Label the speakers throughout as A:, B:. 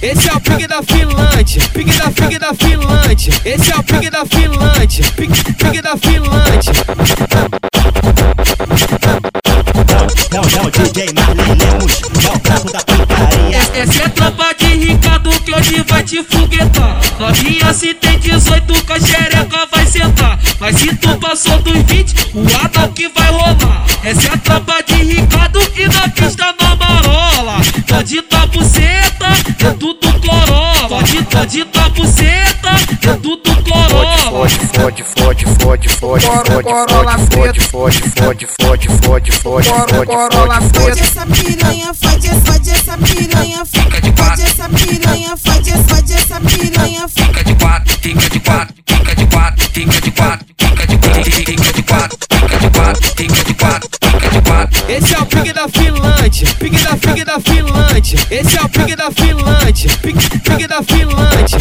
A: Esse é o pique da Finlândia, pique da pique da Finlândia. Esse é o pique da Finlândia, pique, pique da Finlândia.
B: Não, não, DJ Marley Lemos, é o branco da picaria.
C: Essa é a tropa de Ricardo que hoje vai te foguetar. Novinha se tem 18 com a xereca vai sentar. Mas se tu passou dos 20, o Adal que vai rolar. Essa é a tropa de Ricardo e na pista na marola. Pode tá buceta dentro do corolla. Pode, pode tá buceta é dentro do corolla.
D: Fode, fode, fode, fode, fode, fode, fode, fode, fode, fode, fode, fode, fode, fode, fode,
E: Fode
D: fode.
E: essa piranha, fode, fode essa piranha,
F: Fica de
E: fode
F: quatro,
E: essa piranha, fode, fode essa piranha,
F: fica de quatro, fica de quatro, fica de quatro, fica de quatro, fica de quatro, fica de quatro, fica de quatro, fica de quatro, fica de quatro.
A: Esse é o pique da Finlândia, pique da pique da Finlândia. Esse é o pique da Finlândia, pique, pique da Finlândia.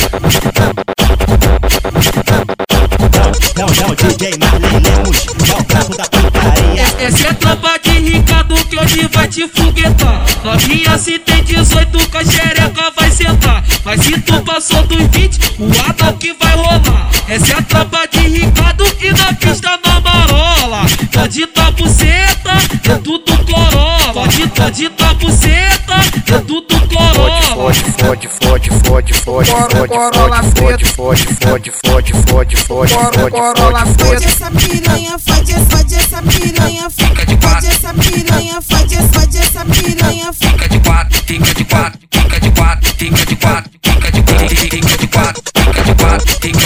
B: Não, não, DJ Marley Lemos, é o branco da picaria.
C: Essa é a tropa de Ricardo que hoje vai te foguetar. Novinha se tem 18 com a xereca vai sentar. Mas se tu passou dos 20, o Adal que vai rolar. Essa é a tropa de Ricardo e na pista na marola. Pode tá buceta dentro do corolla. Pode, pode tá buceta dentro do corolla.
D: Fode, fode, fode, fode, fode, fode, fode, fode, fode, fode, fode, fode, fode, fode,
E: fode
D: fode.
E: essa piranha, fode, fode essa piranha,
F: Fica de
E: fode
F: quatro,
E: essa piranha, fode, fode essa piranha,
F: fica de quatro, fica de quatro, fica de quatro, fica de quatro, fica de quatro, fica de quatro, fica de quatro, fica de quatro, fica de